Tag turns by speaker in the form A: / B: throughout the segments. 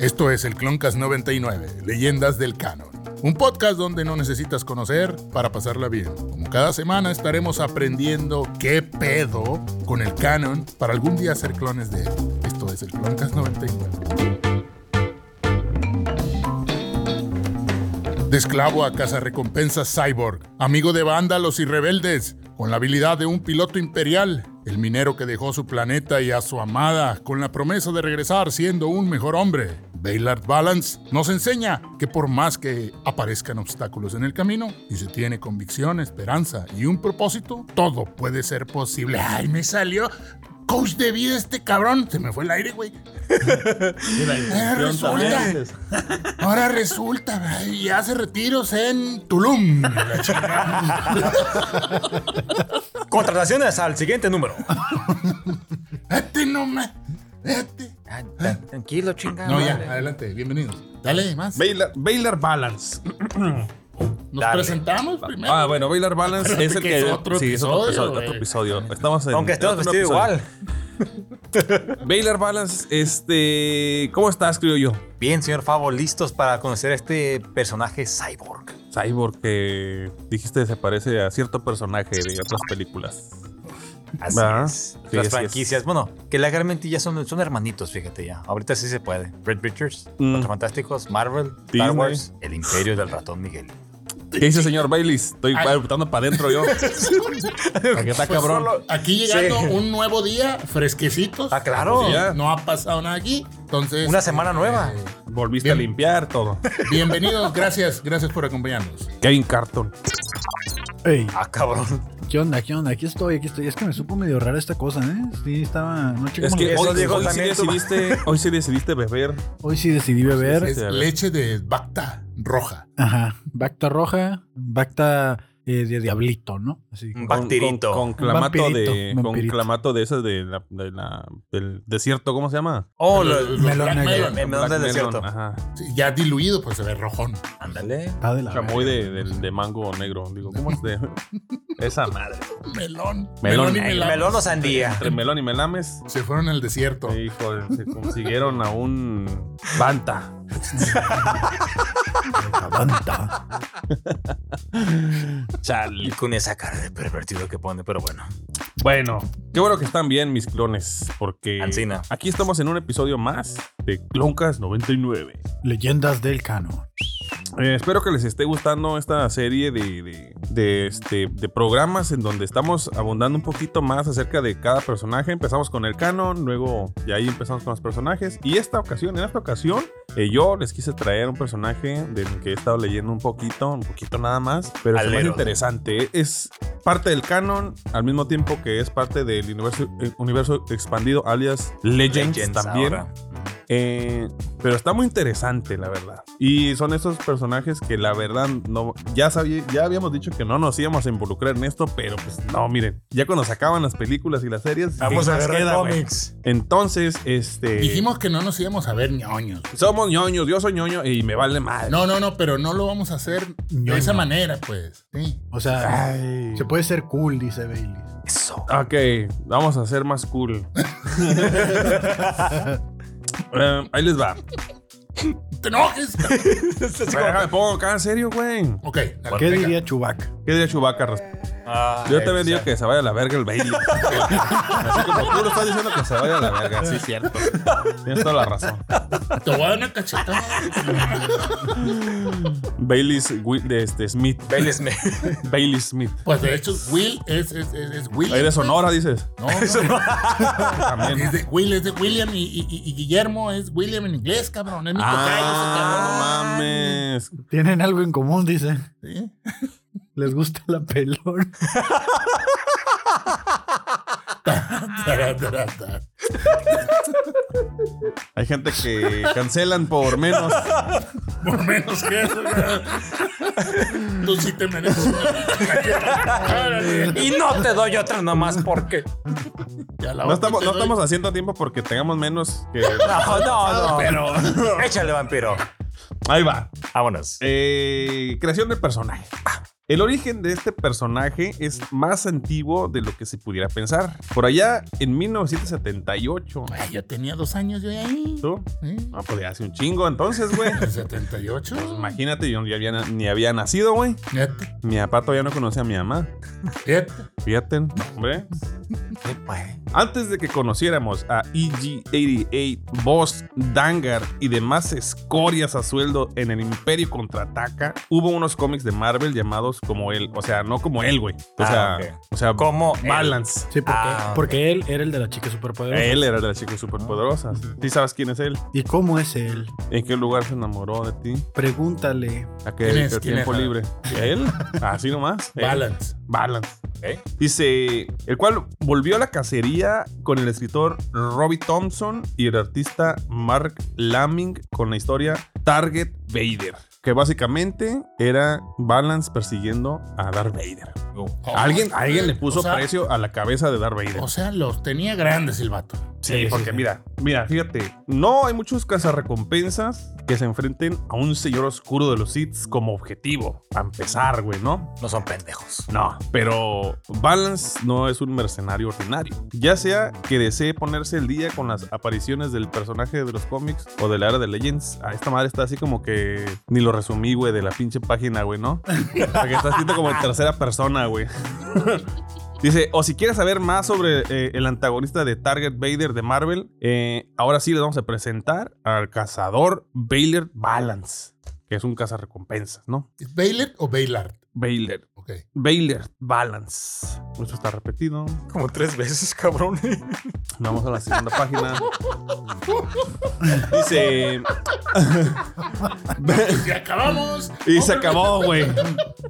A: Esto es el Cloncast 99, Leyendas del Canon. Un podcast donde no necesitas conocer para pasarla bien. Como cada semana estaremos aprendiendo qué pedo con el canon para algún día ser clones de él. Esto es el Cloncast 99. De esclavo a cazarrecompensas cyborg, amigo de vándalos y rebeldes, con la habilidad de un piloto imperial, el minero que dejó su planeta y a su amada con la promesa de regresar siendo un mejor hombre. Baylard Balance nos enseña que por más que aparezcan obstáculos en el camino, si se tiene convicción, esperanza y un propósito, todo puede ser posible. ¡Ay, me salió! Coach de vida este cabrón. Se me fue el aire, güey.
B: Y la
A: Ahora
B: inclusión
A: resulta,
B: también.
A: ahora resulta, y hace retiros en Tulum. La chingada.
C: Contrataciones al siguiente número.
A: Vete nomás, vete.
C: Ah, ta- Tranquilo, chingada.
A: este. No, ya,
C: madre.
A: adelante, bienvenidos. Dale, más.
B: Baylor, Baylor Balance.
A: Nos
C: dale.
A: presentamos primero.
B: Ah, bueno, Baylor Balance es el
A: que
B: que.
A: es otro
B: sí, es otro
A: episodio,
B: episodio.
A: güey.
B: otro episodio. Estamos en.
C: Aunque estemos
B: en otro
C: vestidos
B: episodio.
C: igual.
B: Baylor Balance, este. ¿Cómo estás, creo yo?
C: Bien, señor Favo, listos para conocer a este personaje cyborg.
B: Cyborg, que dijiste se parece a cierto personaje de otras películas.
C: Así
B: Ah,
C: es.
B: sí,
C: Las
B: así
C: franquicias, bueno, que legalmente ya son, son hermanitos, fíjate ya. Ahorita sí se puede. Red Richards,
B: Mm.
C: Los Fantásticos, Marvel,
B: Disney.
C: Star Wars, El Imperio del Ratón Miguel.
B: ¿Qué dice, señor Baileys? Estoy
A: Ah.
C: Ay.
B: preguntando para adentro yo. Aquí está, cabrón.
A: Aquí llegando
C: Pues Sí.
A: un nuevo día, fresquecitos.
C: Ah, claro.
B: Sí, ya.
A: No ha pasado nada aquí. Entonces,
C: Una semana nueva.
B: Volviste
A: Bien.
B: a limpiar todo.
A: bienvenidos, gracias, gracias por acompañarnos.
B: Kevin Carton.
D: Ey,
C: Ah, cabrón.
D: ¿qué onda? ¿Qué onda? Aquí estoy, aquí estoy. Es que me supo medio rara esta cosa, ¿eh? Sí, estaba. No chequé
B: Es
D: cómo
B: que
D: lo-
C: Eso
B: hoy,
C: dijo
B: hoy sí
C: también tu-
B: decidiste, hoy sí decidiste beber.
D: hoy sí decidí beber.
A: Es
B: a ver.
A: leche de Bacta roja.
D: Ajá. Bacta roja, bacta eh, de diablito, ¿no? Así.
B: Con-
C: Un bacterito.
B: Con, con clamato
D: Vampirito,
B: de. Con
D: vampirito.
B: clamato de esas de la- de la- del desierto, ¿cómo se llama?
C: Oh,
A: Los-
C: lo-
A: los
D: melón
A: Black
D: negro.
A: Melon.
C: el melón
B: Black
C: del
B: melon,
C: desierto.
B: Ajá.
A: Sí, Ya diluido, pues se ve rojón.
C: Ándale.
D: Está de la
B: Chamoy
D: verga.
B: de, del- de mango negro. Digo, ¿cómo es de? Esa madre.
A: Melón.
B: Melón.
A: y
B: Ay,
A: melame.
C: Melón o sandía.
B: Entre melón y melames. eh,
A: Se fueron al desierto.
B: Hijo, se consiguieron a un Banta.
D: Banta.
C: Y
B: Chal.
C: con esa cara de pervertido que pone, pero bueno.
B: Bueno, qué bueno que están bien mis clones, porque
C: Ancina.
B: aquí estamos en un episodio más de Cloncas 99.
D: Leyendas del Cano.
B: Eh, espero que les esté gustando esta serie de, de- de, este, de programas en donde estamos abundando un poquito más acerca de cada personaje. Empezamos con el canon, luego de ahí empezamos con los personajes. Y esta ocasión, en esta ocasión, eh, yo les quise traer un personaje del que he estado leyendo un poquito, un poquito nada más, pero es muy
C: Alero.
B: interesante. Es parte del canon, al mismo tiempo que es parte del universo, el universo expandido, alias Legends,
C: Legends
B: también.
C: ahora.
B: Eh, pero está muy interesante, la verdad. Y son esos personajes que la verdad no ya sabía, ya habíamos dicho que no nos íbamos a involucrar en esto, pero pues no, miren, ya cuando se acaban las películas y las series,
C: Vamos
B: ¿qué
C: a
B: más
C: ver
B: queda, güey?
C: cómics.
B: Entonces, este
A: Dijimos que no nos íbamos a ver ñoños.
B: somos ñoños, yo soy ñoño y me vale madre.
A: No, no, no, pero no lo vamos a hacer de
D: Ñoño.
A: esa manera, pues. Sí.
D: O sea,
B: Ay.
D: se puede ser cool, dice Bailey.
C: Eso.
B: Ok, vamos a ser más cool. Eh, ahí les va.
A: ¡Te enojes! cabrón!
B: Déjame, pongo acá en serio, güey.
A: ok. dale,
D: ¿Qué
A: venga.
D: diría Chubac?
B: ¿Qué diría Chubaca
C: Ah,
B: Yo también digo
C: exacto.
B: que se vaya a la verga el Bailey. Así como tú lo estás diciendo que se vaya a la verga, sí, cierto. Tienes toda la razón.
A: Te voy a dar una cachetada.
B: Bailey Wi- de este, Smith.
C: Bailey Smith.
B: Bailey Smith.
A: Pues de hecho, Will es, es, es, es William.
B: Ahí de
A: pues.
B: Sonora, dices.
A: No, no,
B: También.
A: es de Will, es de William y, y- y- y Guillermo es William en inglés, cabrón. Es mi
B: Ah,
A: tocayo
B: no mames.
D: Tienen algo en común, dice.
A: ese cabrón. ¿Sí?
D: Les gusta la pelón.
A: Tará, tará, tará.
B: Hay gente que cancelan por menos.
A: Por menos que eso, cabrón. Tú sí te mereces una
C: Y no te doy otra nomás porque.
A: Ya la
B: No
A: otra
B: estamos,
A: te
B: no
A: doy.
B: estamos haciendo tiempo porque tengamos menos que.
C: No, no, no. Pero. Eh. Échale, vampiro.
B: Ahí va.
C: Vámonos.
B: Eh, creación de personaje. Ah, El origen de este personaje es más antiguo de lo que se pudiera pensar. Por allá, en 1978.
A: Ay, yo tenía dos años yo ahí.
B: ¿Tú?
A: ¿Eh?
B: No, pues ya hace un chingo entonces, güey.
A: ¿El 78?
B: Imagínate, yo ya había na- ni había nacido, güey.
A: Fíjate,
B: Mi papá todavía no conoce a mi mamá.
A: fíjate.
B: Fíjate, no, hombre.
C: ¿Qué, pues?
B: Antes de que conociéramos a EG88, Boss, Dangar y demás escorias a sueldo en el Imperio Contraataca, hubo unos cómics de Marvel llamados como él. O sea, no como él, güey. O
C: Ah,
B: sea,
C: ok.
B: o sea
C: Como
B: Balance.
E: Sí, porque,
C: Ah,
E: porque él era el de la chica superpoderosa.
B: Él era de las chicas superpoderosas. ¿Sí sabes quién es él?
E: ¿Y cómo es él?
B: ¿En qué lugar se enamoró de ti?
E: Pregúntale.
B: ¿A qué
A: ¿Quién es?
B: dedicó
A: ¿Quién
B: tiempo
A: es?
B: libre? ¿Y a él? Así nomás. Él.
A: Balance.
B: Balance.
C: ¿Eh?
B: Dice, el cual volvió a la cacería con el escritor Robbie Thompson y el artista Mark Lamming con la historia Target Vader, que básicamente era Balance persiguiendo a Darth Vader.
A: Oh,
B: alguien, alguien le
A: o
B: puso
A: sea-
B: precio a la cabeza de Darth Vader.
A: O sea, los tenía grandes el vato.
B: Sí, porque mira, mira, fíjate, no hay muchos cazarrecompensas que se enfrenten a un señor oscuro de los Sith como objetivo, a empezar, güey, ¿no?
C: no son pendejos.
B: No, pero Balance no es un mercenario ordinario. Ya sea que desee ponerse el día con las apariciones del personaje de los cómics o de la era de Legends. A esta madre está así como que ni lo resumí, güey, de la pinche página, güey, ¿no? Porque está escrito como en tercera persona, güey. Dice, o si quieres saber más sobre eh, el antagonista de Target Vader de Marvel, eh, ahora sí le vamos a presentar al cazador Baylor Balance, que es un cazarrecompensas, ¿no?
A: ¿Es Baylet o Baylard?
B: Baylor.
A: Ok.
B: Baylor Balance. Esto está repetido.
C: Como tres veces, cabrón.
B: Vamos a la segunda página. Dice.
A: Y acabamos.
B: Y se acabó, güey.
E: Y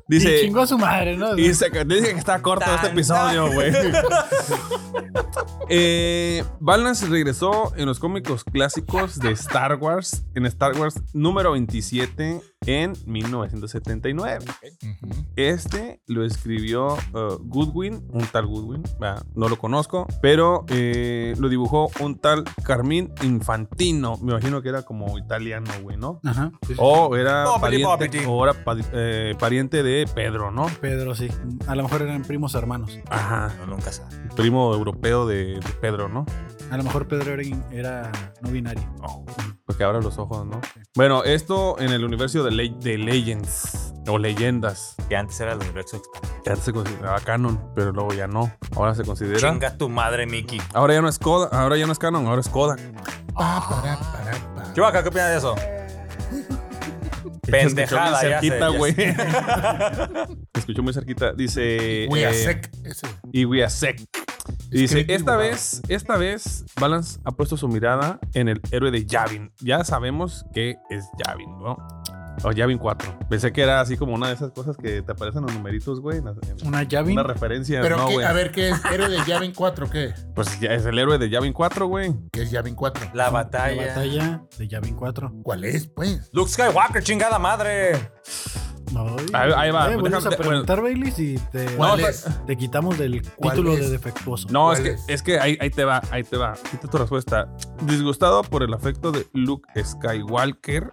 B: Dice.
E: chingó a su madre, ¿no?
B: Y se acabó. Dice que está corto este episodio, güey. Eh, Balance regresó en los cómicos clásicos de Star Wars, en Star Wars número 27 en 1979.
A: Ujú.
B: Este lo escribió uh, Goodwin, un tal Goodwin, ¿verdad? no lo conozco, pero eh, lo dibujó un tal Carmín Infantino. Me imagino que era como italiano, güey, ¿no?
E: Ajá. sí, sí.
B: O era,
C: Poppity,
B: pariente,
C: poppity.
B: o era pa- eh, pariente de Pedro, ¿no?
E: Pedro, sí. A lo mejor eran primos hermanos.
B: Ajá,
C: No, nunca sabe.
B: primo europeo de, de Pedro, ¿no?
E: A lo mejor Pedro era, era no binario.
B: Porque abre los ojos, ¿no? Bueno, esto en el universo de, le- de Legends o Leyendas,
C: Que antes era el universo expandido.
B: que antes se consideraba canon, pero luego ya no. Ahora se considera...
C: Chinga tu madre, Mickey.
B: Ahora ya no es Kodak, ahora ya no es canon, ahora es Kodak.
A: Pa, para, para, pa.
C: Chubaca, ¿qué opinas de eso? Pendejada,
B: Se
C: ya sé,
B: escuchó
C: ya
B: muy
C: sé.
B: cerquita, güey. Se escuchó muy cerquita. Dice.
A: Uy,
B: eh,
A: a sec. Ese.
B: Y we are sec. Y dice,
A: Escrito y
B: esta
A: dibujado.
B: vez, esta vez, Balance ha puesto su mirada en el héroe de Yavin. Ya sabemos que es Yavin, ¿no? O Yavin 4. Pensé que era así como una de esas cosas que te aparecen en los numeritos, güey. en las- en-
E: Una Yavin.
B: Una referencia,
A: Pero,
B: no,
A: ¿qué?
B: güey.
A: a ver, ¿qué es? ¿Héroe de Yavin 4 qué?
B: Pues ya es el héroe de Yavin 4, güey.
A: ¿Qué es Yavin 4?
C: La
E: La
C: batalla.
E: batalla de Yavin 4.
A: ¿Cuál es, pues?
C: Luke Skywalker, chingada madre.
E: No, y-
B: Ahí- ahí va.
E: Eh, vuelves a
B: Déjame-
E: preguntar, Bailey, si te,
A: ¿Cuál
E: te-
B: pues,
A: es?
E: te quitamos del
A: ¿Cuál
E: título
A: es?
E: de defectuoso.
B: No, es
A: ¿Cuál
B: que,
A: es?
B: es que ahí, ahí te va, ahí te va. Quita tu respuesta. Disgustado por el afecto de Luke Skywalker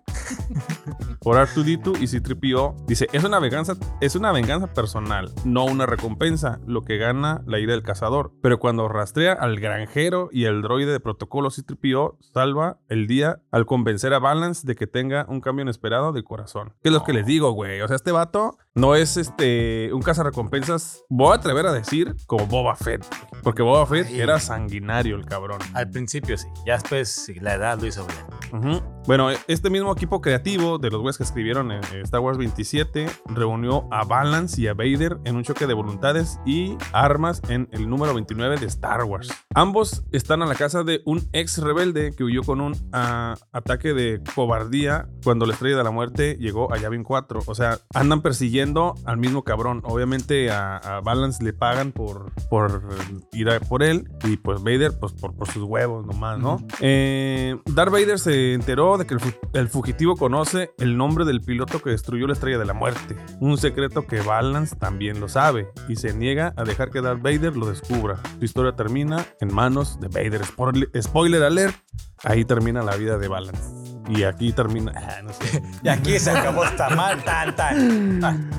B: por R2D2 y C3PO, dice, es una venganza, es una venganza personal, no una recompensa, lo que gana la ira del cazador. Pero cuando rastrea al granjero y el droide de protocolo C3PO, salva el día al convencer a Balance de que tenga un cambio inesperado de corazón. ¿Qué es lo que les digo, güey? O sea, este vato no es este un cazarrecompensas, voy a atrever a decir, como Boba Fett. Porque Boba Fett
A: Ay.
B: era sanguinario el cabrón.
C: Al principio sí. Ya después sí, la edad lo hizo bien.
B: Ujú. Bueno, este mismo equipo creativo de los güeyes que escribieron en en Star Wars 27 reunió a Balance y a Vader en un choque de voluntades y armas en el número 29 de Star Wars. Ambos están a la casa de un ex rebelde que huyó con un ah, ataque de cobardía cuando la estrella de la muerte llegó a Yavin 4. O sea, andan persiguiendo al mismo cabrón. Obviamente a, a Balance le pagan por, por eh, ir a por él y pues Vader pues por, por sus huevos nomás, ¿no?
E: Ujú.
B: Eh, Darth Vader se enteró de que el, fu- el fugitivo conoce el nombre del piloto que destruyó la estrella de la muerte. Un secreto que Balance también lo sabe y se niega a dejar que Darth Vader lo descubra. Su historia termina en manos de Vader. Spoiler, spoiler alert, ahí termina la vida de Balance. Y aquí termina... Ah, no sé.
C: Y aquí se acabó esta mal, tan, tan.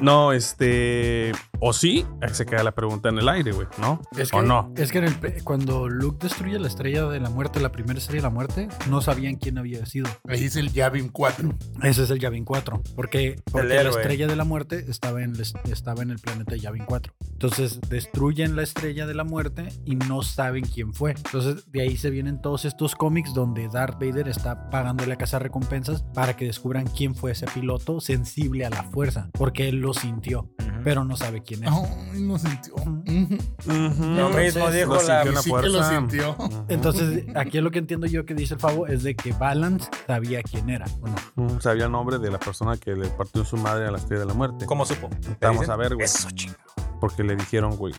B: No, este. O sí, ahí se queda la pregunta en el aire, güey, ¿no?
E: Es que,
B: o no.
E: Es que en el pe- cuando Luke destruye la estrella de la muerte, la primera estrella de la muerte, no sabían quién había sido.
A: Ahí es el Yavin 4.
E: Ese es el Yavin 4. Porque, porque la
C: héroe.
E: estrella de la muerte estaba en, el est- estaba en el planeta Yavin 4. Entonces destruyen la estrella de la muerte y no saben quién fue. Entonces de ahí se vienen todos estos cómics donde Darth Vader está pagando la casa recompensas para que descubran quién fue ese piloto sensible a la fuerza. Porque él lo sintió, pero no sabe quién es.
C: Oh.
A: Ay, no sintió. Ujú.
B: Ujú.
C: Lo mismo
B: Lo
C: dijo
B: sintió
C: la.
B: en la
A: Sí que lo
B: fuerza.
A: sintió.
B: Ujú.
E: Entonces, aquí lo que entiendo yo que dice el Favo es de que Balance sabía quién era, ¿o no?
B: Mm, Sabía el nombre de la persona que le partió su madre a la estrella de la muerte.
C: ¿Cómo supo? ¿Te
B: Vamos
C: dicen?
B: a ver, güey.
C: Eso, chinga.
B: Porque le dijeron, güey.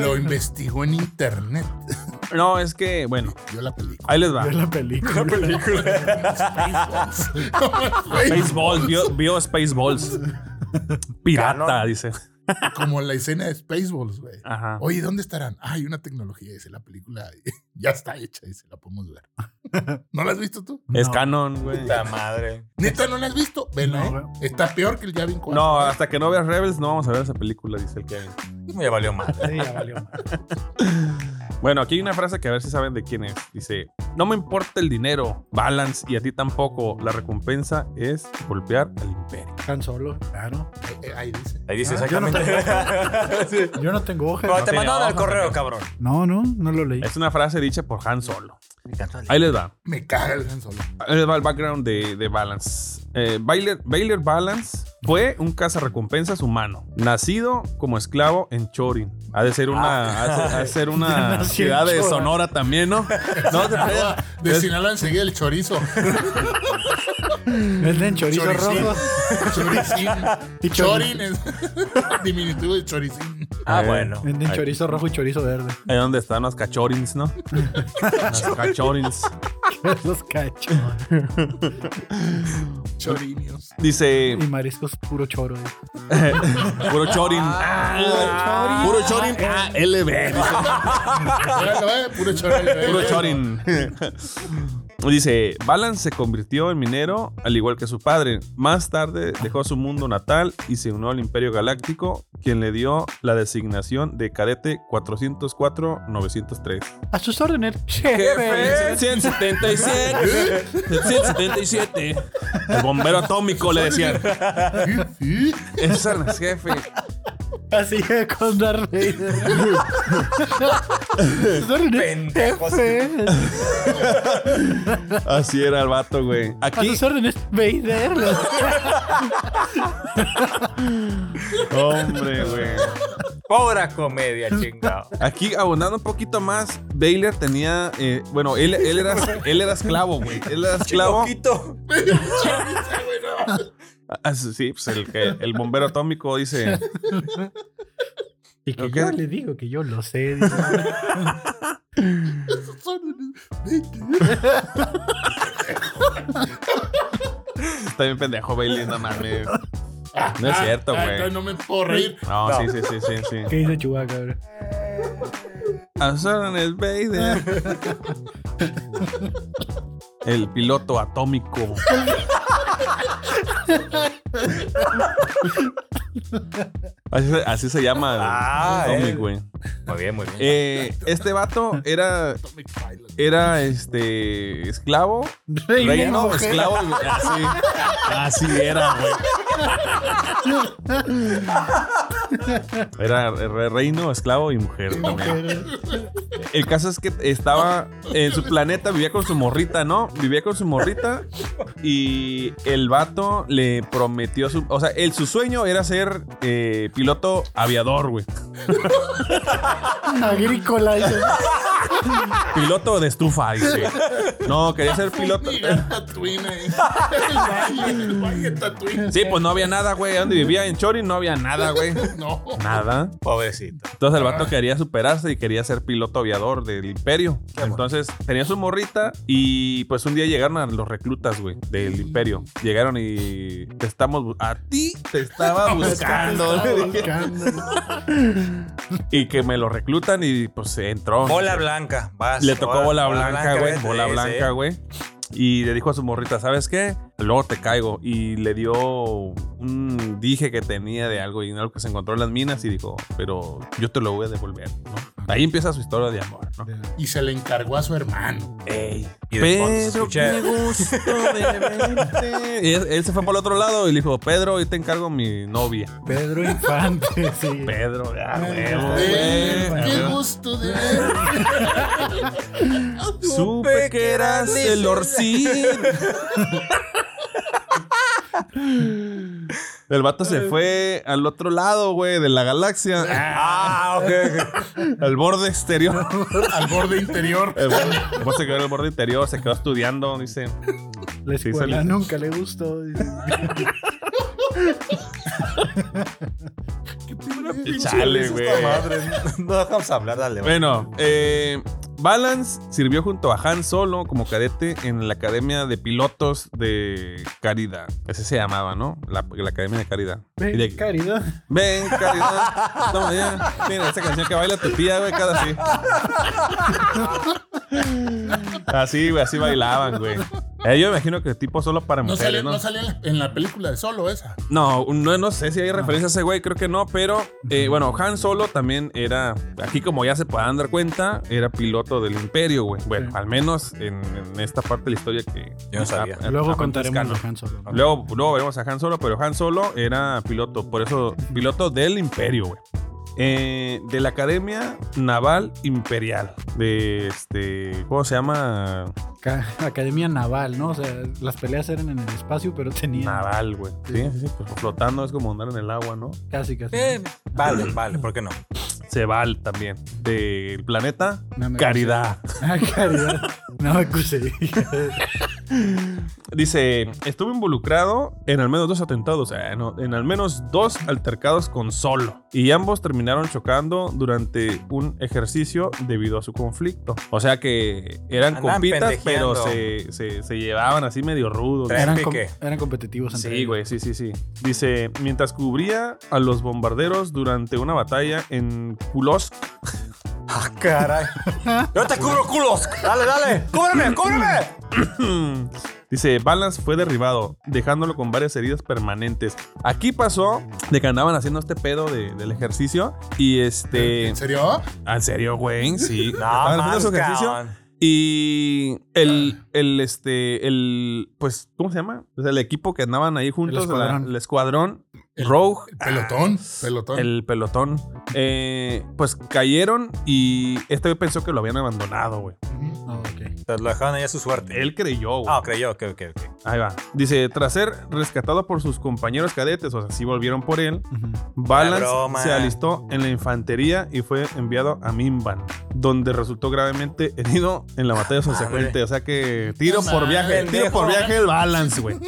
A: Lo investigó en internet.
B: No, es que, bueno,
A: Vio la película.
B: ahí les va.
E: Vio la película.
B: Spaceballs, vio, vio Spaceballs. Pirata,
C: Canon.
B: dice.
A: Como la escena de Spaceballs, güey.
B: Ajá.
A: Oye, ¿dónde estarán? Ah, Hay una tecnología, dice la película. Ya está hecha, dice, la podemos ver. ¿No la has visto tú?
B: Es
E: No.
B: canon, güey.
C: Puta madre.
A: ¿Neta no la has visto? Vela,
E: No,
A: ¿eh? Está peor que el Yavin 4.
B: No, hasta que no veas Rebels no vamos a ver esa película, dice el Kevin.
C: Ya valió madre.
E: Sí, ya valió.
B: Bueno, aquí hay una frase que a ver si saben de quién es. Dice, no me importa el dinero, Balance, y a ti tampoco. La recompensa es golpear al imperio.
E: Tan solo, claro.
A: Eh, eh, ahí dice.
C: Ahí dice
E: Ah, yo no
C: exactamente. Sí.
E: Yo no tengo hojas.
C: Pero te
B: tiene
C: mandaron al
B: hojas,
C: correo,
B: ¿no?
C: cabrón.
E: No, no, no lo leí.
B: Es una frase dicha por Han Solo.
C: Me encantó el-
B: Ahí les va.
A: Me caga el Han Solo.
B: Ahí les va el background de, de Balance. Eh, Baylor, Baylor Balance fue un cazarrecompensas humano, nacido como esclavo en Chorin. Ha de ser una,
C: Ah.
B: ha de ser- ha de ser una
E: Nació en
B: ciudad de
E: Chorin.
B: Sonora también, ¿no? No te creas.
A: De
B: Es-
A: Sinaloa enseguida el chorizo.
E: Venden chorizo
A: Choricín.
E: rojo.
A: Choricín.
E: Y
A: Chorin es diminutivo de choricín.
C: Ah,
B: Eh,
C: bueno.
E: Venden
B: Ahí.
E: chorizo rojo y chorizo verde.
B: Ahí donde están los cachorins, ¿no? Los cachorins.
E: Los cachos.
A: Chorinios.
B: Dice,
E: Y mariscos puro choro. eh.
B: puro chorin. Ah, puro chorin. Ah, LB. dice.
A: Órale, eh, Puro chorin. eh.
B: Puro chorin. Dice, Balance se convirtió en minero al igual que su padre. Más tarde dejó su mundo natal y se unió al Imperio Galáctico, quien le dio la designación de cadete 404-903.
E: A sus órdenes. Jefe.
B: 177. 177. El bombero atómico le decían.
A: eh, Sí, sí.
B: Ese es jefe.
E: Así de con Darth Vader. A sus órdenes,
C: Pendejos.
E: jefe.
B: Así era el vato, güey.
E: A
B: Aquí.
E: sus órdenes, Vader.
B: Hombre, güey.
C: Pobre comedia, chingado.
B: Aquí, abundando un poquito más, Baylor tenía. eh, bueno, él, él, era, él era esclavo, güey. Él era esclavo.
C: Poquito.
B: Ah, sí, pues el, que- el bombero atómico dice.
E: Y que
B: Ok.
E: yo le digo que yo lo sé.
A: Esos son unos-
B: Está bien pendejo, Baylor, no mames. No es cierto,
A: Ah,
B: güey.
A: entonces no me puedo reír.
B: No,
C: No.
B: sí, sí, sí, sí, sí.
E: ¿Qué dice Chewbacca, bro?
B: A sus órdenes, Baylor. El piloto atómico. Así, se- así se llama el
C: Ah,
B: cómic,
C: eh.
B: güey.
C: Muy bien, muy bien.
B: Eh, este vato era,
A: Atomic Pilot.
B: era este esclavo. Reino, esclavo. Así, así era, güey. Era re- reino, esclavo y mujer también. El caso es que estaba en su planeta, vivía con su morrita, ¿no? Vivía con su morrita y el vato le prometió su. O sea, el, su sueño era ser eh, piloto aviador, güey.
E: Agrícola. dice.
B: Piloto de estufa, dice. No, quería ser piloto.
A: Fumigar Tatooine ahí. El valle, el valle Tatooine.
B: Sí, pues no había nada, güey. Donde vivía en Chori no había nada, güey.
A: No.
B: Nada.
C: Pobrecito.
B: Entonces el vato quería superarse y quería ser piloto aviador del imperio.
C: bueno.
B: Entonces tenía su morrita y pues un día llegaron a los reclutas, güey, del imperio. Llegaron y te estamos... bu- A ti te estaba buscando.
E: Estaba buscando.
B: y que me lo reclutan y pues entró.
C: Bola blanca. Vas.
B: Le tocó bola
C: Bola
B: blanca, güey.
C: vete,
B: Bola
C: ese,
B: blanca,
C: eh.
B: güey. Y le dijo a su morrita, ¿sabes qué? luego te caigo. Y le dio un dije que tenía de algo y en algo que se encontró en las minas y dijo, pero yo te lo voy a devolver, ¿no? Ahí empieza su historia de amor, ¿no?
A: Y se le encargó a su hermano.
B: Ey,
C: Y de fondo se
B: Pedro,
C: escucha-
B: qué gusto de verte. Y él, él se fue por el otro lado y le dijo, Pedro, hoy te encargo mi novia.
E: Pedro Infante, sí.
B: Pedro, ah, huevo,
A: Eh,
B: güey.
A: ¡Qué
B: Ah, huevo.
A: gusto de ver!
B: Supe que eras el Orcín. El vato se fue al otro lado, güey, de la galaxia. Ah, ok. Al borde exterior.
A: Al borde interior.
B: El borde- ¿Cómo se quedó en el borde interior? Se quedó estudiando, dice.
E: La
B: Sí,
E: escuela
B: sale.
E: nunca le gustó. dice.
B: Y chale, güey.
C: Esta madre, No dejamos hablar, dale. güey.
B: Bueno, eh, Balance sirvió junto a Han Solo como cadete en la Academia de Pilotos de Caridad. Así se llamaba, ¿no? La, la Academia de Caridad. Y de-
E: Ven, caridad.
B: Ven, caridad. Toma ya. Mira, esa canción que baila tu tía, güey, cada así. Así, güey, así bailaban, güey. Eh, yo me imagino que tipo solo para
A: No
B: mujeres,
A: sale,
B: ¿no?
A: no sale en, la, en la película de solo esa.
B: No, no, no sé si hay referencia a ese güey, creo que no, pero eh, bueno, Han Solo también era, aquí como ya se puedan dar cuenta, era piloto del Imperio, güey. Bueno,
E: Sí.
B: al menos en, en esta parte de la historia que...
C: Yo no sabía.
B: Ah,
E: Luego
B: ah,
E: contaremos
B: Franciscano.
E: de Han Solo.
B: Luego, luego veremos a Han Solo, pero Han Solo era piloto, por eso, piloto del Imperio, güey. Eh, de la Academia Naval Imperial. De este. ¿Cómo se llama?
E: Ca- Academia Naval, ¿no? O sea, las peleas eran en el espacio, pero tenían
B: Naval, güey. Sí, sí, sí. pues, flotando es como andar en el agua, ¿no?
E: casi, casi.
C: Eh, Vale, vale, ¿por qué no?
B: Ceval también. Del planeta
E: No me
B: Caridad.
E: acusé. Ah, caridad. No me acusé.
B: Dice, estuvo involucrado en al menos dos atentados, eh, no, en al menos dos altercados con Solo. Y ambos terminaron chocando durante un ejercicio debido a su conflicto. O sea que eran
C: Andaban
B: compitas, pero
C: pendejeando.
B: se, se- se llevaban así medio rudos.
C: Tres
E: eran,
C: Pique.
E: com- eran competitivos entre
B: Sí,
E: ellos.
B: güey, sí, sí, sí. Dice, mientras cubría a los bombarderos durante una batalla en Kulosk,
C: Ah, caray. Yo te cubro culos. Dale, dale. Cúbreme, cúbreme.
B: Dice, Balance fue derribado, dejándolo con varias heridas permanentes. Aquí pasó de que andaban haciendo este pedo de- del ejercicio y este...
A: ¿En serio?
B: Ah, ¿En serio, güey? Sí.
C: No,
B: Estaban haciendo su ejercicio
C: cabrón.
B: y el, el, este, el, pues, ¿cómo se llama? O sea, el equipo que andaban ahí juntos, la- el escuadrón,
E: escuadrón.
A: El-
B: Rogue,
A: El pelotón. Pelotón.
B: el pelotón, eh, pues cayeron y este güey pensó que lo habían abandonado, güey.
A: Ujú.
E: Ah, ok.
C: Te lo dejaron ahí a su suerte.
B: Él creyó, güey.
C: Ah, creyó, ok, ok, ok.
B: Ahí va. Dice, tras ser rescatado por sus compañeros cadetes, o sea, sí volvieron por él,
E: Ujú.
B: Balance
C: La broma.
B: se alistó en la infantería y fue enviado a Mimban, donde resultó gravemente herido en la batalla subsecuente. O sea que tiro
A: No
B: por
A: mames,
B: viaje, tiro
C: pendejo.
B: por viaje el Balance, güey.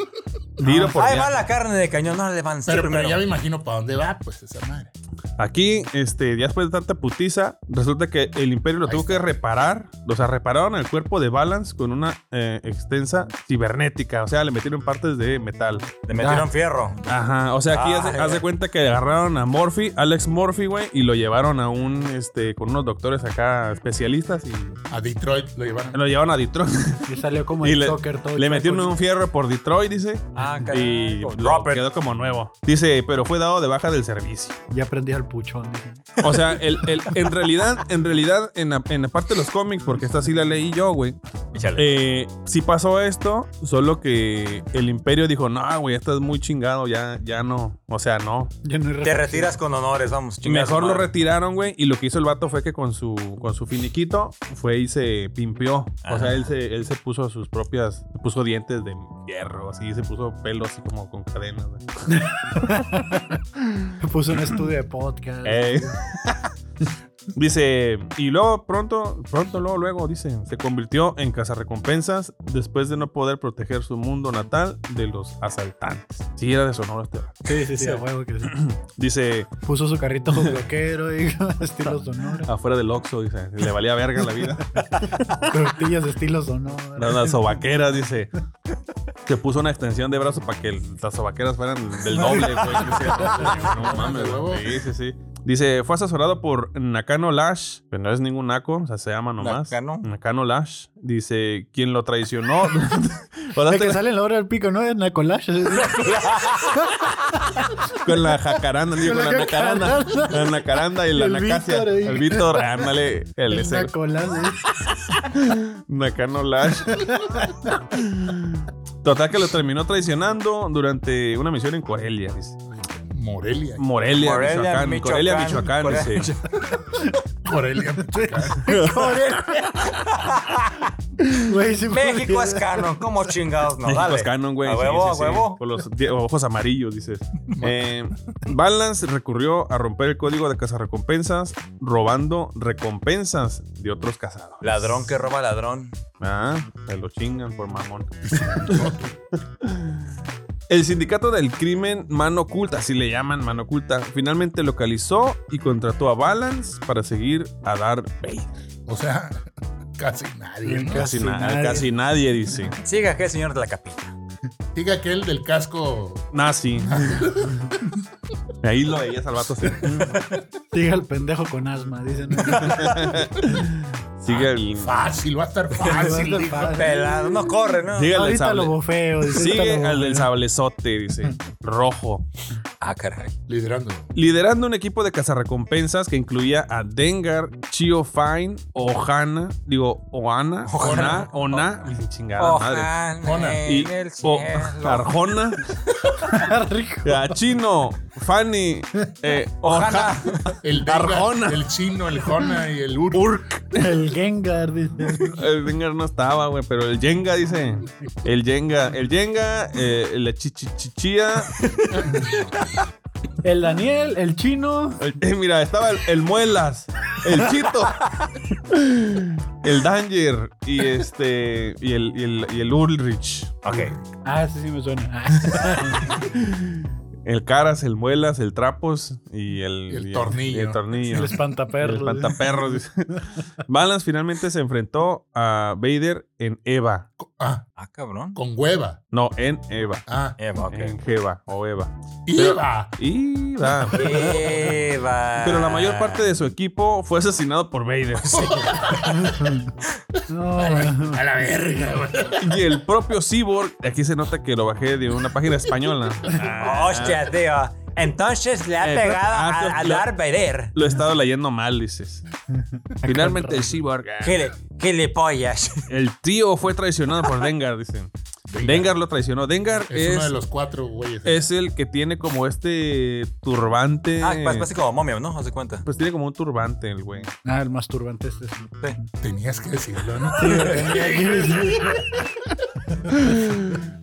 B: Tiro por
C: Ahí va
B: viaje.
C: la carne de cañón, no le van sí,
A: Pero, pero
C: primero.
A: ya me imagino para dónde va, pues esa madre.
B: Aquí, este, ya después de tanta putiza, resulta que el imperio lo
A: Ahí
B: tuvo que reparar. O sea, repararon el cuerpo de Balance con una eh, extensa cibernética. O sea, le metieron partes de metal.
C: Le metieron fierro.
B: Ajá, o sea, aquí
C: Ah,
B: hace,
C: ya.
B: hace cuenta que agarraron a Morphy, Alex Morphy, güey, y lo llevaron a un, este, con unos doctores acá especialistas y
A: A Detroit lo llevaron.
B: lo llevaron a Detroit.
E: Y salió como
B: Y
E: el
B: le-
E: soccer todo.
B: Le
E: chueco,
B: metieron un fierro por Detroit, dice,
C: Ah,
B: y
C: caray.
B: lo
C: Robert.
B: quedó como nuevo. Dice, pero fue dado de baja del servicio.
E: y Ya aprendí al puchón. dije.
B: O sea, el, el- en realidad, en realidad, en la, en la parte de los cómics, porque esta sí la leí yo, güey,
C: Échale.
B: Eh, sí pasó esto, solo que el imperio dijo, no, güey, estás muy chingado, ya, ya no, o sea, no.
E: Ya no hay
C: Te
E: referencia.
C: retiras con honores, vamos. chinga
B: Mejor
C: su
B: lo
C: madre.
B: retiraron, güey. Y lo que hizo el vato fue que con su, con su finiquito fue y se pimpió. O
C: Ajá.
B: sea, él se, él se puso sus propias. Puso dientes de hierro, así. Se puso pelo así como con cadenas, güey.
E: Puso un estudio de podcast.
B: Ey. Eh. dice, y luego pronto, pronto, luego, luego, dice, se convirtió en cazarrecompensas después de no poder proteger su mundo natal de los asaltantes. Sí, era de Sonora este. vato.
E: Sí, sí, sí, a huevo que sí.
B: Dice,
E: Puso su carrito bloquero, digo, estilo sonora.
B: afuera del Oxxo, dice, le valía verga la vida.
E: Tortillas de estilo sonora.
B: Era una sobaquera, dice. Se puso una extensión de brazo para que el- las sobaqueras fueran del doble, güey. que sea, no, mames,
A: De huevo.
B: güey. Sí, sí, sí. Dice, fue asesorado por Nakano Lash, pero no es ningún naco, o sea, se llama nomás.
C: Nakano.
B: Nakano Lash. Dice, quien lo traicionó. O sea,
E: De que
B: te-
E: sale en la hora del pico, ¿no? En la collage.
B: con la jacaranda, digo, con
E: Con
B: la
E: la
B: nacaranda.
E: jacaranda.
B: La nacaranda y la
E: El
B: nacacia.
E: Víctor ahí.
B: El Víctor, ándale. El,
E: En
B: ese-
E: la collage.
B: Nakano Lash. Total que lo terminó traicionando durante una misión en Corelia, dice.
A: Morelia.
B: Morelia,
C: Morelia,
B: Michoacán.
C: Michoacán.
B: Corelia, Michoacán,
C: Corea-
B: dice.
A: Morelia, Michoacán.
E: Güey, sí fue-
C: México es canon, como chingados, no, dale.
B: México es canon, güey.
C: A
B: Sí,
C: huevo,
B: sí, sí.
C: a huevo.
B: Con los die- ojos amarillos, dices. Eh, Balance recurrió a romper el código de cazarrecompensas, robando recompensas de otros cazados.
C: Ladrón que roba ladrón.
B: Ah, se lo chingan por mamón. El sindicato del crimen Mano Oculta, así le llaman Mano Oculta, finalmente localizó y contrató a Balance para seguir a dar Vader.
A: O sea, casi nadie. ¿no?
B: Casi,
E: Casi
B: na-
E: nadie.
B: casi nadie dice.
C: Siga que señor de la capilla.
A: Diga aquel del casco.
B: Nazi. Ah, Ahí lo veías al vato. así.
E: Diga el pendejo con asma, dicen.
B: Sigue el.
A: Fácil, va a estar fácil. Ah, dijo.
C: Pelado, no corre, ¿no?
B: Sigue al del
E: Ahorita lo
B: sable.
E: bofeo. dice, ahorita
B: Sigue
E: lo
B: al del
E: bofeo.
B: sablezote, dice. Rojo.
C: Ah, caray.
A: Liderando.
B: Liderando un equipo de cazarrecompensas que incluía a Dengar, Chio Fine, Ohana, digo, Ohana, Ona, Ona, chingada
A: Jona.
B: madre.
C: Ojalá
B: Y Ah,
C: en el
B: o-
C: cielo.
B: Arjona,
E: Rico.
B: a Chino, Fanny, eh, Ohana,
A: El Dengar,
B: Arjona.
A: el chino, el Jona y el Ur.
E: El Gengar, dice.
B: El Dengar no estaba, güey, pero el Jenga dice. El Jenga, el Jenga, eh, la chichichichía.
E: El Daniel, el chino.
B: el- eh, mira, estaba el, el Muelas, el Chito, el Danger y este. Y el, y el, y el Ulrich.
C: Ok.
E: Ah, ese sí me suena. Ah.
B: El Caras, el Muelas, el Trapos y el.
A: Y el
B: y
A: tornillo.
B: y el tornillo.
E: El espantaperro.
B: El espantaperros, dice. Balance finalmente se enfrentó a Vader en Eva.
A: Ah,
C: Ah, cabrón.
A: con hueva.
B: No, en Eva.
A: Ah,
C: Eva, ok.
B: En Jeva o Eva.
A: iba.
B: Y va.
A: Ah.
C: Eva.
B: Pero la mayor parte de su equipo fue asesinado por Vader.
E: No, güey.
A: A la verga, güey.
B: Y el propio Cyborg, aquí se nota que lo bajé de una página española.
C: Ah, Hostia, tío. Entonces le ha
B: Eh,
C: pegado
B: ah,
C: a- al
B: lo-
C: Darth Vader.
B: Lo he estado leyendo mal, dices. Finalmente el Cyborg. ah,
C: Gile- Gilipollas.
B: El tío fue traicionado por Dengar, dicen. Dengar lo traicionó. Dengar
A: Es,
B: es,
A: uno de los cuatro güeyes.
B: es el que tiene como este turbante.
C: Ah, parece parece como momia, ¿no? Hace cuenta.
B: Pues tiene como un turbante el güey.
E: Ah, el masturbante este. sí.
A: Tenías que decirlo, ¿no?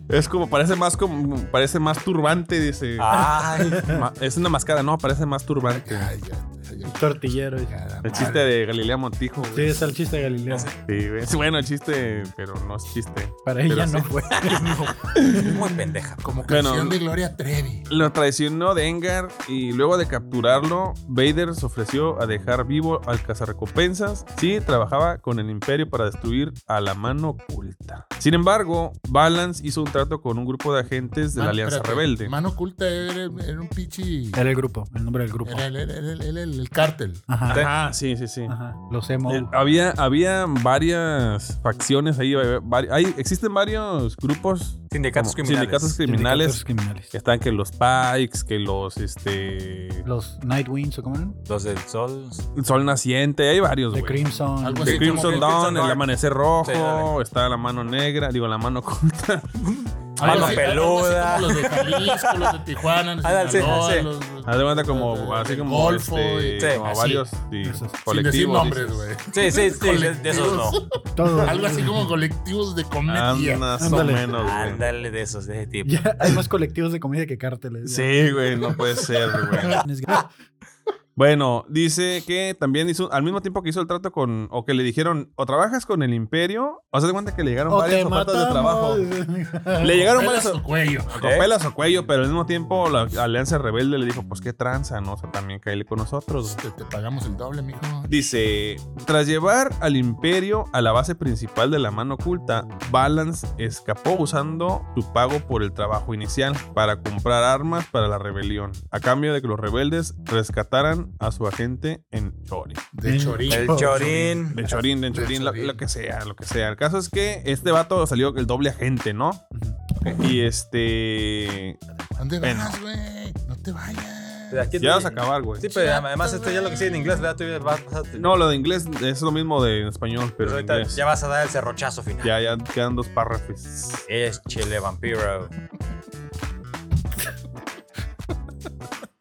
B: Es como, parece más como, parece más turbante, dice.
C: Ah. Ay.
B: Ma- Es una mascada, no, parece más turbante.
A: Ay, ya, ya, ya.
E: Tortillero. dice.
A: Cada
B: El
A: madre.
B: chiste de Galilea Montijo, güey.
E: Sí, es el chiste de Galileo.
B: Sí, güey. Es bueno el chiste, pero no es chiste.
E: Para
B: Pero
E: ella
B: sí.
E: no fue.
C: Muy pendeja.
A: Como
B: Bueno.
A: canción de Gloria Trevi.
B: Lo traicionó Dengar y luego de capturarlo, Vader se ofreció a dejar vivo al cazarrecompensas si trabajaba con el imperio para destruir a la mano oculta. Sin embargo, Balance hizo un trato con un grupo de agentes de la
A: Man,
B: Alianza
A: Ah, espérate,
B: Rebelde.
A: Mano oculta era, era un pichi.
E: Era el grupo, el nombre del grupo.
A: Era, el- era el- el- el- el cártel.
E: Ajá.
B: Ajá, sí, sí, sí.
E: Ajá. Los emo.
B: Eh, había, había varias facciones ahí. eh, vari- hay- existen varios grupos.
C: Sindicatos
B: como-
C: criminales.
B: sindicatos criminales.
E: Sindicatos criminales.
B: Que están que los Pikes, que los este.
E: Los Nightwings o cómo eran?
C: Los del sol.
B: El Sol Naciente, hay varios,
E: The
B: güey.
E: Crimson.
C: Pues
A: Algo
B: The
A: así
B: Crimson
A: como-
C: Dawn,
B: Dawn, el
C: Dark.
B: amanecer rojo,
C: Sí, dale.
B: está la mano negra, digo la mano oculta.
A: algo
C: Mano
A: así- algo así
C: peluda.
A: como Los de Jalisco, los de Tijuana, los de
C: Ándale, sí,
A: Sinaloa,
C: sí.
A: los-
B: Haz de cuenta como
A: Del
B: así como,
A: Golfo
B: este,
A: y-
C: Sí,
B: como
C: así.
B: varios sí,
E: Esos. Sin decir
A: Sin decir
B: colectivos.
A: nombres,
B: dices.
A: güey.
C: Sí, sí, sí. De, de esos no.
E: Todo.
A: Algo así como colectivos de comedia.
B: Ah, más
E: Ándale.
B: o menos, güey.
C: Ándale de esos, de ese tipo.
E: Ya hay más colectivos de comedia que cárteles. ya.
B: Sí, güey, no puede ser, güey. Bueno, dice que también hizo, al mismo tiempo que hizo el trato con, o que le dijeron, o trabajas con el imperio, o se de cuenta que le llegaron
E: O
B: varias
E: te
B: ofertas
E: matamos.
B: de trabajo. Le llegaron
A: Pelas
B: varias
A: su
B: o-
A: cuello.
B: con pelas o cuello, pero al mismo tiempo la Alianza Rebelde le dijo, pues qué tranza, ¿no? O sea, también caíle con nosotros.
A: Te, te pagamos el doble, mijo.
B: Dice, tras llevar al imperio a la base principal de la mano oculta, Balance escapó usando su pago por el trabajo inicial para comprar armas para la rebelión, a cambio de que los rebeldes rescataran a su agente en Chori.
A: De chorín.
C: El chorín.
B: De Chorín, de Chorín, lo,
A: Chorín.
B: lo que sea, lo que sea. El caso es que este vato salió el doble agente, ¿no? Y este.
A: ¿Dónde
B: Bueno.
A: vas, güey? No te vayas.
C: De aquí te-
B: Ya vas a acabar, güey.
C: Sí, pero además esto ya lo que sigue en inglés, ¿verdad? Tú ya vas, vas a-
B: No, lo de inglés es lo mismo de en español, pero.
C: Pues
B: en
C: ahorita
B: inglés.
C: ya vas a dar el cerrochazo final.
B: Ya, ya quedan dos párrafos.
C: Es Chile Vampiro.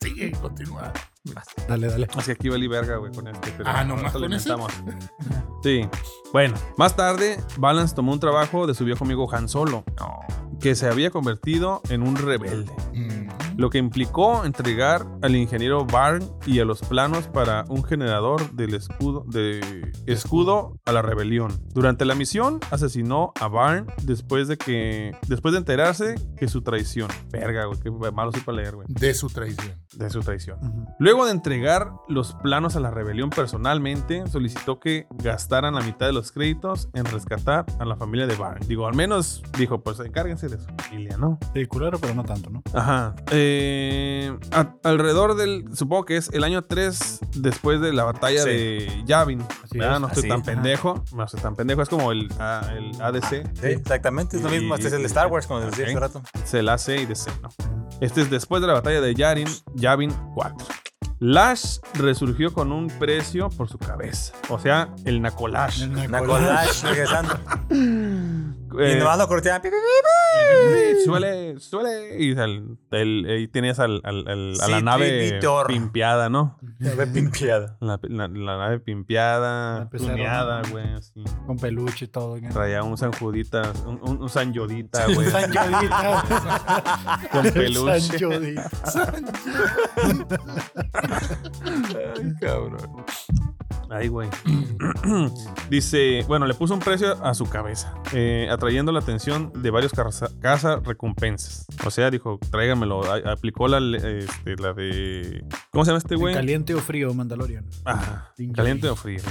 A: Sigue, continúa.
E: Dale, dale.
B: Así que aquí valí verga, güey, con este. pero
A: Ah, ¿nomás
B: ahorita le
A: con ese?
B: inventamos. Sí. Bueno, más tarde, Balance tomó un trabajo de su viejo amigo Han Solo, que se había convertido en un rebelde.
A: Mm.
B: lo que implicó entregar al ingeniero Barn y a los planos para un generador del escudo de escudo a la rebelión. Durante la misión asesinó a Barn después de que después de enterarse que su traición. Verga, güey, qué malo soy para leer, güey.
A: De su traición.
B: De su traición. Luego de entregar los planos a la rebelión personalmente, solicitó que gastaran la mitad de los créditos en rescatar a la familia de Barn. Digo, al menos dijo, pues encárguense de su familia, ¿no?
E: Sí, culero, pero no tanto, ¿no?
B: Ajá. Eh, a- alrededor del. Supongo que es el año 3 después de la batalla
C: Sí.
B: de Yavin.
E: Así
B: Ah,
E: es.
B: no estoy
C: Así
B: tan
C: es.
B: pendejo. No estoy tan pendejo. Es como el, ah, el ADC.
C: Sí, exactamente, es lo mismo. Este es el
B: Y-
C: Star Wars, como les decía
B: Ok.
C: hace rato.
B: Se la hace y DC, ¿no? Este es después de la batalla de Yarin, Yavin 4. Lash resurgió con un precio por su cabeza. O sea, el Nacolash.
C: Nacolash regresando.
B: Eh,
C: Y nomás lo cortean. pi, pi, pi.
B: suele, suele. Y, al- el- ahí tienes al- al- al- a la
C: Sí,
B: nave
C: Trinitor.
B: pimpeada, ¿no?
C: Ya ve pimpeada.
B: La, la- la nave pimpeada,
E: La pizarra.
B: tuneada, güey, así.
E: Con peluche y todo. güey.
B: Traía un San Judita, un, un, un San Yodita, güey.
E: San Yodita.
B: con
E: San
B: peluche.
E: Yodita.
B: Ay, cabrón. Ay, güey. Dice, bueno, le puso un precio a su cabeza, eh, atrayendo la atención de varios caza- cazarrecompensas. O sea, dijo, tráigamelo. A- aplicó la, le- este, la de... ¿Cómo se llama este güey?
E: Caliente o frío, Mandalorian.
B: Ah,
E: Ding
B: caliente
E: dong.
B: o frío.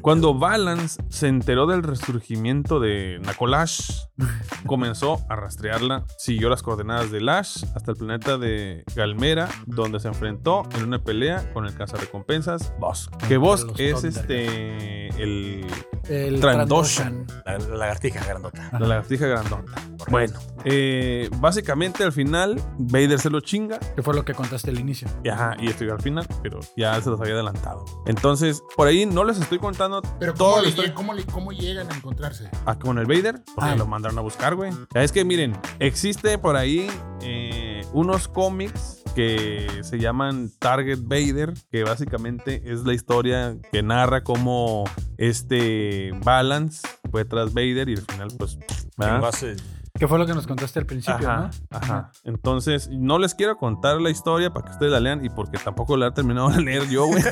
B: Cuando Balance se enteró del resurgimiento de Nacolash, comenzó a rastrearla, siguió las coordenadas de Lash hasta el planeta de Galmera, donde se enfrentó en una pelea con el cazarrecompensas Bosk. Que Bosk
E: los
B: es
E: Thundercats.
B: este el
E: El
B: Trandoshan.
E: Trandoshan.
C: La la lagartija grandota.
B: la lagartija grandota. Ah, Bueno, eh, básicamente al final Vader se lo chinga
E: Que fue lo que contaste al inicio.
B: y, ajá, y estoy al final, pero ya se los había adelantado. Entonces, por ahí no les estoy contando
A: Pero
B: todo
A: ¿cómo,
B: la
A: le
B: historia.
A: lle- cómo le- cómo llegan a encontrarse?
B: Ah, con el Vader, porque
E: Ah.
B: lo mandaron a buscar, güey. Es que miren, existe por ahí eh, unos cómics que se llaman Target Vader, que básicamente es la historia que narra cómo este Balance fue tras Vader y al final, pues. ¿verdad?
C: Chingó a su-
E: Que fue lo que nos contaste al principio,
B: Ajá, ajá. Entonces, no les quiero contar la historia para que ustedes la lean y porque tampoco la he terminado de leer yo, güey.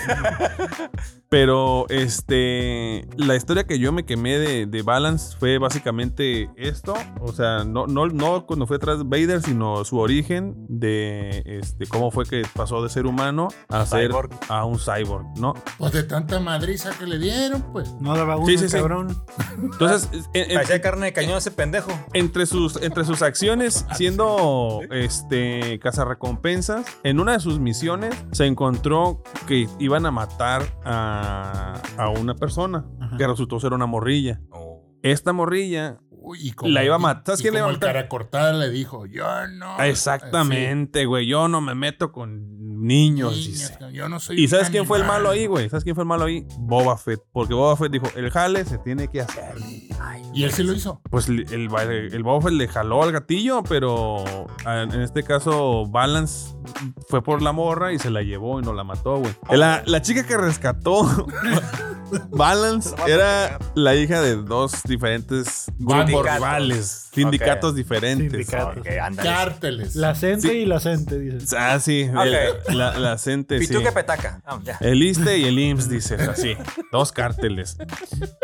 B: Pero, este, la historia que yo me quemé de, de Balance fue básicamente esto. O sea, no, no, no cuando fue tras Vader, sino su origen de este, cómo fue que pasó de ser humano a ser
C: Cyborg.
B: a un cyborg, ¿no?
A: Pues de tanta madriza que le dieron, pues.
E: ¿no? No daba uno,
B: Sí, sí, sí.
E: cabrón.
B: Entonces, en- en-
C: Parecía carne de cañón ese pendejo.
B: entre sus, entre sus acciones, siendo este cazarrecompensas, en una de sus misiones se encontró que iban a matar a, a una persona
E: Ajá.
B: que resultó ser una morrilla. Esta morrilla,
A: Uy, y como-
B: La iba a
A: y-
B: matar. ¿Sabes
A: y
B: quién la iba a
A: como el
B: matar?
A: cara cortada le dijo, yo no.
B: exactamente, güey, yo no me meto con niños,
A: Sí, niños,
B: dice.
A: yo no soy
B: ¿Y
A: un
B: sabes quién fue el
A: animal.
B: malo ahí, güey? ¿Sabes quién fue el malo ahí? Boba Fett. Porque Boba Fett dijo, el jale se tiene que hacer.
A: Y él sí lo hizo.
B: Pues el, el, ba- el Boba Fett le jaló al gatillo, pero a- en este caso Balance fue por la morra y se la llevó y no la mató, güey. La, la chica que rescató Balance era la hija de dos diferentes grupos
C: Sindicatos.
B: rivales, sindicatos diferentes.
E: Sindicatos.
C: Ok, ándale.
A: Cárteles.
E: La Cente
B: Sí.
E: y la Cente, dices.
B: Ah, sí, el-
C: Ok.
B: la, la gente, sí. Eh.
C: Pituca petaca. Vamos, ya.
B: El ISTE y el IMSS, dicen así. Dos cárteles.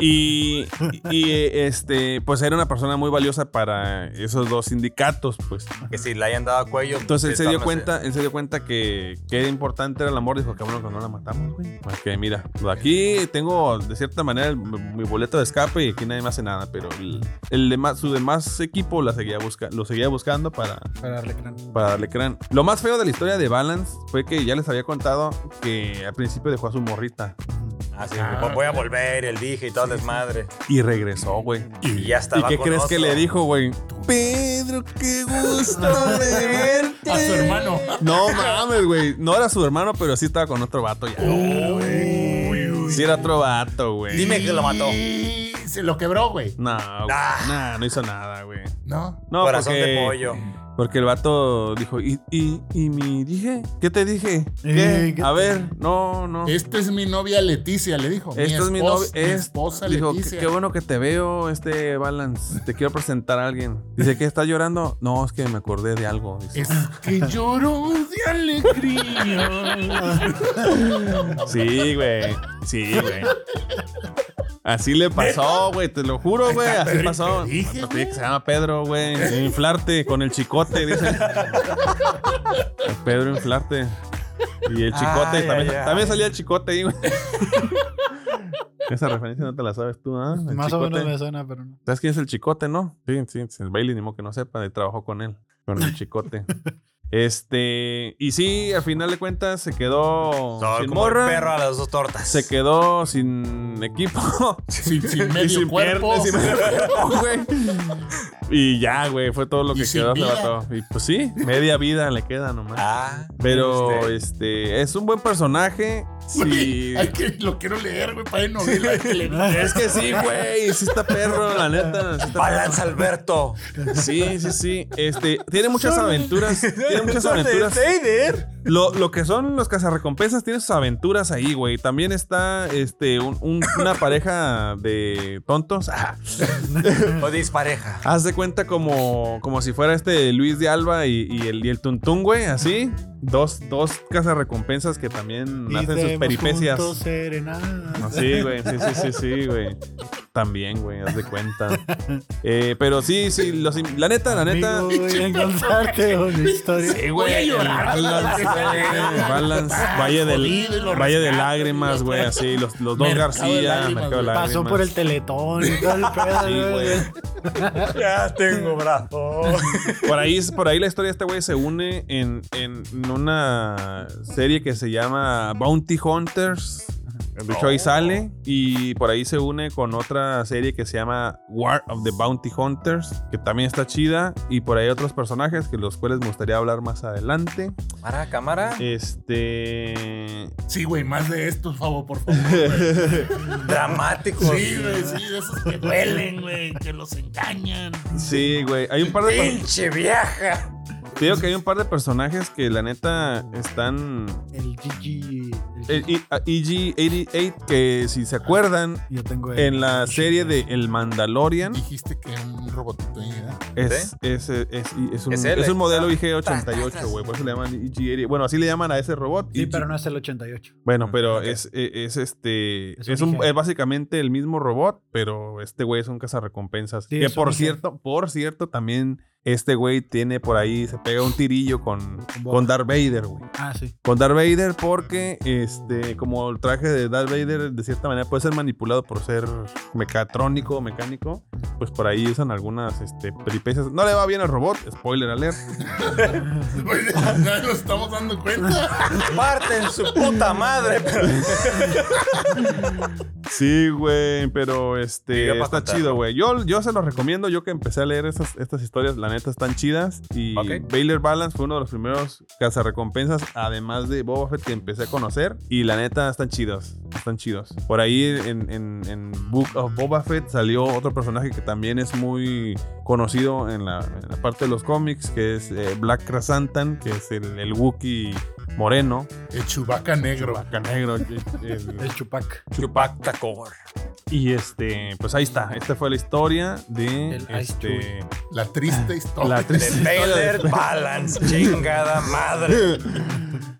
B: Y, y, eh, este, pues era una persona muy valiosa para esos dos sindicatos, pues.
C: Que si le hayan dado cuello.
B: Entonces él se
C: sí,
B: dio
C: tómese.
B: cuenta, él se dio pues, cuenta que, que era importante era el amor. Dijo, qué bueno que no la matamos, güey. Porque mira, aquí tengo tengo de cierta manera el- mi boleto de escape y aquí nadie me hace nada, pero el, el demás- su demás equipo la seguía busca- lo seguía buscando para,
E: Para darle crán.
B: para darle crán. Lo más feo de la historia de Balance fue que ya les había contado que al principio dejó a su morrita
C: Ah, sí, voy a volver, el dije y todo el desmadre.
B: y regresó, güey.
C: Y ya
B: ¿Y
C: estaba
B: qué
C: con
B: crees que
C: otro.
B: le dijo, güey? Pedro, qué gusto de verte.
A: A su hermano.
B: No mames, güey. No era su hermano, pero sí estaba con otro vato ya. Sí era otro vato, güey.
C: Dime que lo mató.
A: Y se lo quebró, güey.
B: No, güey.
C: Ah.
B: Nah, no hizo nada, güey.
A: ¿No?
B: No,
C: Corazón
B: porque,
C: de pollo.
B: Porque el vato dijo, ¿y, y, y mi dije? ¿Qué te dije? ¿Qué?
D: Eh, ¿qué
B: A
D: te-
B: ver, no, no.
A: Esta es mi novia Leticia, le dijo. Mi
B: Esta es mi
A: esposa-
B: novia.
A: mi
B: es-
A: esposa
B: dijo, "Qué-
A: Leticia.
B: qué bueno que te veo, este Balance. Te quiero presentar a alguien. Dice, ¿qué está llorando? No, es que me acordé de algo. dice.
A: Es que lloró de alegría.
B: Sí, güey. Sí, güey. Así le pasó, güey, te lo juro, güey. Así
A: Pedro,
B: pasó.
A: te dije,
B: Te
A: güey.
B: que se llama Pedro, güey. Sí, Inflarte con el chicote, dice. Pedro, inflarte. Y el chicote,
C: Ay,
B: también,
C: ay, ay.
B: también salía el chicote ahí, güey. Esa referencia no te la sabes tú, ¿ah? El
E: Más o menos
B: chicote.
E: me suena, pero no.
B: ¿Sabes quién es el chicote, no? Sí, sí, sí, el Bailey, ni modo que no sepa, de trabajó con él, con el chicote. Este, y sí, al final de cuentas se quedó
C: Todo
B: sin
C: como el
B: morra,
C: perro a las dos tortas.
B: se quedó sin equipo,
A: sin, sin
B: y
A: medio
B: sin
A: cuerpo.
B: piernas, sin medio cuerpo, güey. Y ya, güey, fue todo lo que
A: Y sin
B: quedó se
A: vida.
B: vato. Y pues sí, media vida le queda nomás.
C: Ah,
B: Pero
C: este,
B: este es un buen personaje.
A: Güey,
B: Sí.
A: hay que, lo quiero leer, güey, para ir novela de televisión.
B: Es que sí, güey. Sí está perro, la neta. sí está
C: Balance Alberto.
B: Sí, sí, sí. Este, tiene muchas aventuras. Tiene muchas
C: este,
B: aventuras.
C: Vader.
B: Lo, lo que son los cazarrecompensas tiene sus aventuras ahí, güey. También está este, un- un- una pareja de tontos. Ah,
C: O dispareja.
B: haz de cuenta como, como si fuera este Luis de Alba y, y el, y el Tuntún, güey. Así. Dos, dos cazarrecompensas que también hacen sus
E: Iremos
B: peripecias.
E: juntos, serenadas.
B: Sí, güey, sí, sí, sí, sí, güey. También, güey, haz de cuenta. Eh, pero sí, sí, los in- la neta, la neta.
E: Amigo, voy a encontrarte una historia.
A: Sí, güey.
B: El Balance, güey, Balance, Valle, del,
A: jodido Ah, y lo
B: Valle de
A: rescatan,
B: Lágrimas, güey, así, los, los dos
A: Mercado de
B: García,
A: Lágrimas,
B: Mercado de
A: güey.
B: Lágrimas.
E: Pasó por el teletón y todo el pedo.
B: Sí, güey.
C: Ya tengo brazo.
B: Por ahí, por ahí la historia de este güey se une en, en una serie que se llama Bounty Hunters. De hecho, ahí
A: Oh.
B: sale. Y por ahí se une con otra serie que se llama War of the Bounty Hunters, que también está chida. Y por ahí otros personajes que los cuales me gustaría hablar más adelante.
C: Cámara, cámara.
B: Este.
A: Sí, güey, más de estos, favor, por favor. güey.
C: Dramático.
A: Sí, güey, sí, de esos que duelen, güey, que los engañan.
B: Sí, güey. Hay un par de.
C: Pinche vieja.
B: Te digo que hay un par de personajes que la neta están.
E: El GG.
B: El I- a- EG88, que si se acuerdan,
E: Yo tengo el-
B: en la serie de El Mandalorian
A: Dijiste que era un robotito ahí, ¿verdad?
B: es, es, es, es- es un,
C: Es él,
B: es un
C: eh.
B: modelo
E: ah,
B: IG88, güey. Por eso le llaman EG88. Bueno, así le llaman a ese robot.
E: Sí,
B: EG.
E: pero no es el 88.
B: Bueno, pero es, e- es este.
E: Es
B: Es,
E: un
B: un-
E: IG.
B: es básicamente el mismo robot, pero este güey es un cazarrecompensas.
E: Sí,
B: que
E: es un
B: por
E: IG.
B: cierto, por cierto, también este güey tiene por ahí, se pega un tirillo con,
E: Boba.
B: con Darth Vader, güey.
E: Ah, sí.
B: con Darth Vader porque este como el traje de Darth Vader de cierta manera puede ser manipulado por ser mecatrónico o mecánico pues por ahí usan algunas este peripecias no le va bien al robot spoiler alert
A: Güey, Pues, ya nos estamos dando cuenta.
C: Parten su puta madre. pero-
B: sí güey pero
C: Y ya
B: este
C: para
B: está
C: contar.
B: chido güey yo, yo se los recomiendo yo que empecé a leer esas, estas historias la neta están chidas y
C: Ok.
B: Baylor Balance fue uno de los primeros cazarrecompensas además de Boba Fett que empecé a conocer y la neta están chidos están chidos. Por ahí en, en- en Book of Boba Fett salió otro personaje que también es muy conocido en la, en la parte de los cómics, que es eh, Black Krasantan, que es el, el Wookiee moreno,
A: El chubaca negro.
B: vaca negro, el- el-
E: El Chupac.
C: Chupacta Core.
B: y este, pues ahí está. Esta fue la historia de
E: El Ice
B: este,
A: La triste historia.
B: la
C: De
B: triste historia
C: Taylor
B: de-
C: Balance. Chingada madre.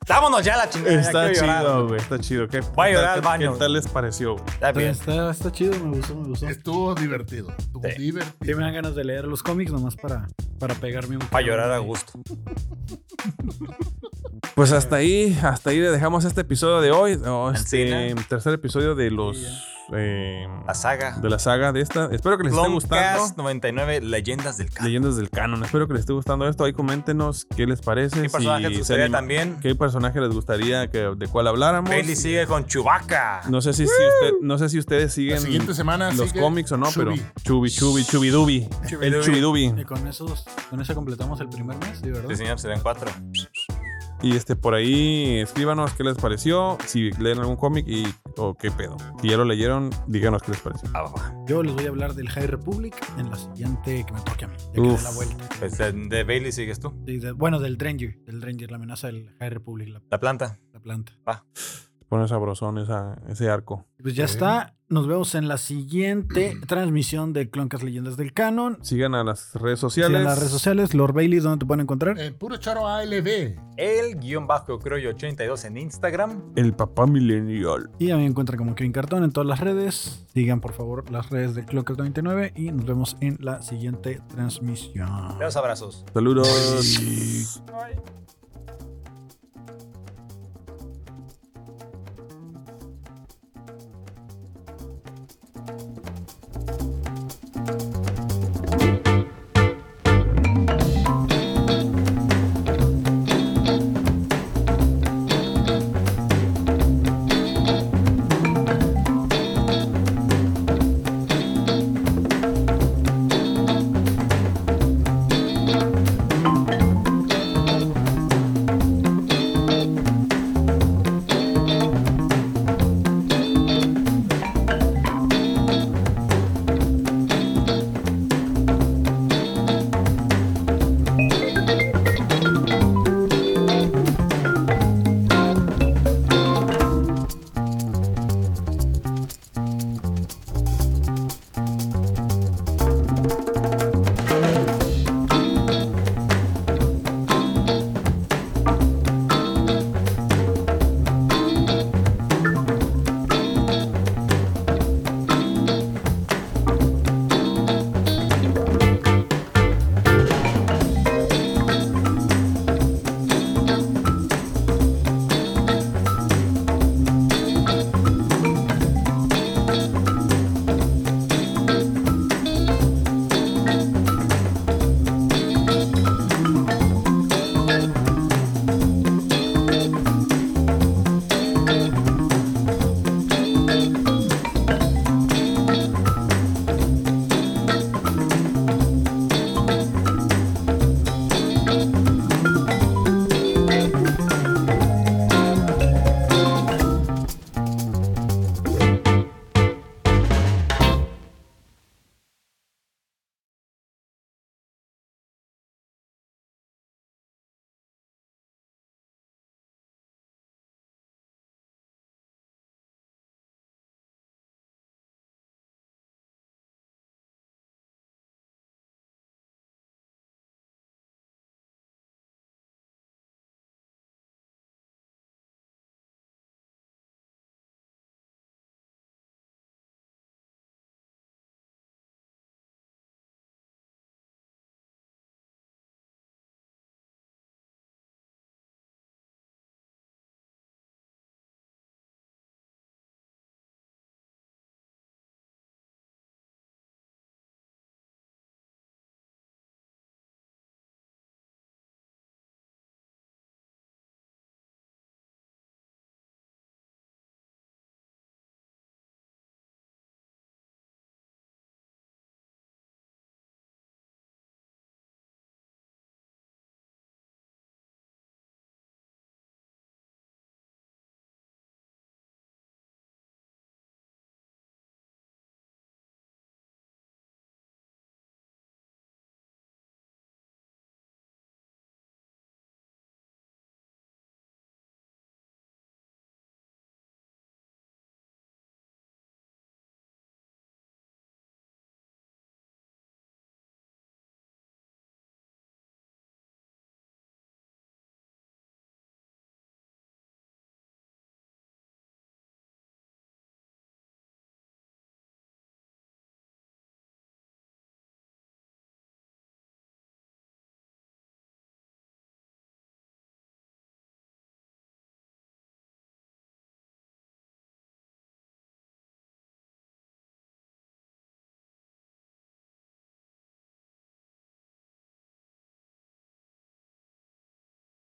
C: Vámonos ya a la chingada. ya
B: Está
C: quiero llorar.
B: chido, güey, está chido. ¿Qué,
C: Voy a
B: qué
C: llorar
B: tal-
C: al baño.
B: ¿Qué tal les pareció? güey?
C: Está bien.
E: Está, está chido, me gustó, me gustó.
A: Estuvo divertido. Estuvo
C: Sí.
E: Sí,
A: divertido.
E: me dan ganas de leer los cómics nomás para, para pegarme un.
C: Para llorar a gusto.
B: Pues hasta ahí, hasta ahí le dejamos este episodio de hoy. O este
C: Encina.
B: tercer episodio de los eh,
C: La saga.
B: de la saga de esta. Espero que les esté gustando.
C: Longcast 99, Leyendas del Canon.
B: Leyendas del canon. Espero que les esté gustando esto. Ahí coméntenos qué les parece.
C: ¿Qué
B: si
C: personaje les
B: se
C: gustaría
B: anima-
C: también?
B: ¿Qué personaje les gustaría que, de cuál habláramos?
C: Bailey sigue con Chewbacca.
B: No sé si, si usted- no sé si ustedes
A: La
B: siguen
A: siguiente semana
B: los
A: sigue
B: cómics o no,
A: Chubby.
B: pero Chubi, Chubi, Chubidubi. El
C: Chubidubi.
B: Chubidubi.
E: Y con esos, con eso completamos el primer mes, ¿sí, ¿verdad?
C: Sí, señor, serán cuatro.
B: Y este, por ahí escríbanos qué les pareció, si leen algún cómic y o qué pedo. Si ya lo leyeron, díganos qué les pareció.
C: Ah, va.
E: Yo les voy a hablar del High Republic en la siguiente que me toque a mí. Ya que
B: Uf.
E: dé la vuelta.
C: Pues de, de Bailey sigues tú.
E: Sí, de- bueno, del Dranger, del Dranger, la amenaza del High Republic, la,
C: La planta.
E: la planta.
B: Se Pone sabrosón esa, ese arco.
E: Pues ya está. Nos vemos en la siguiente transmisión de Cloncas Leyendas del Canon.
B: Sigan a las redes
E: Sigan
B: sociales.
E: las redes sociales, Lord Bailey, ¿dónde te pueden encontrar?
A: Eh, puro charo ALB.
C: El guión bajo creo yo 82 en Instagram.
B: El papá millennial.
E: Y a mí me encuentran como Kevin Cartón en todas las redes. Sigan por favor las redes de Cloncas 99 y nos vemos en la siguiente transmisión.
C: Los abrazos.
B: Saludos.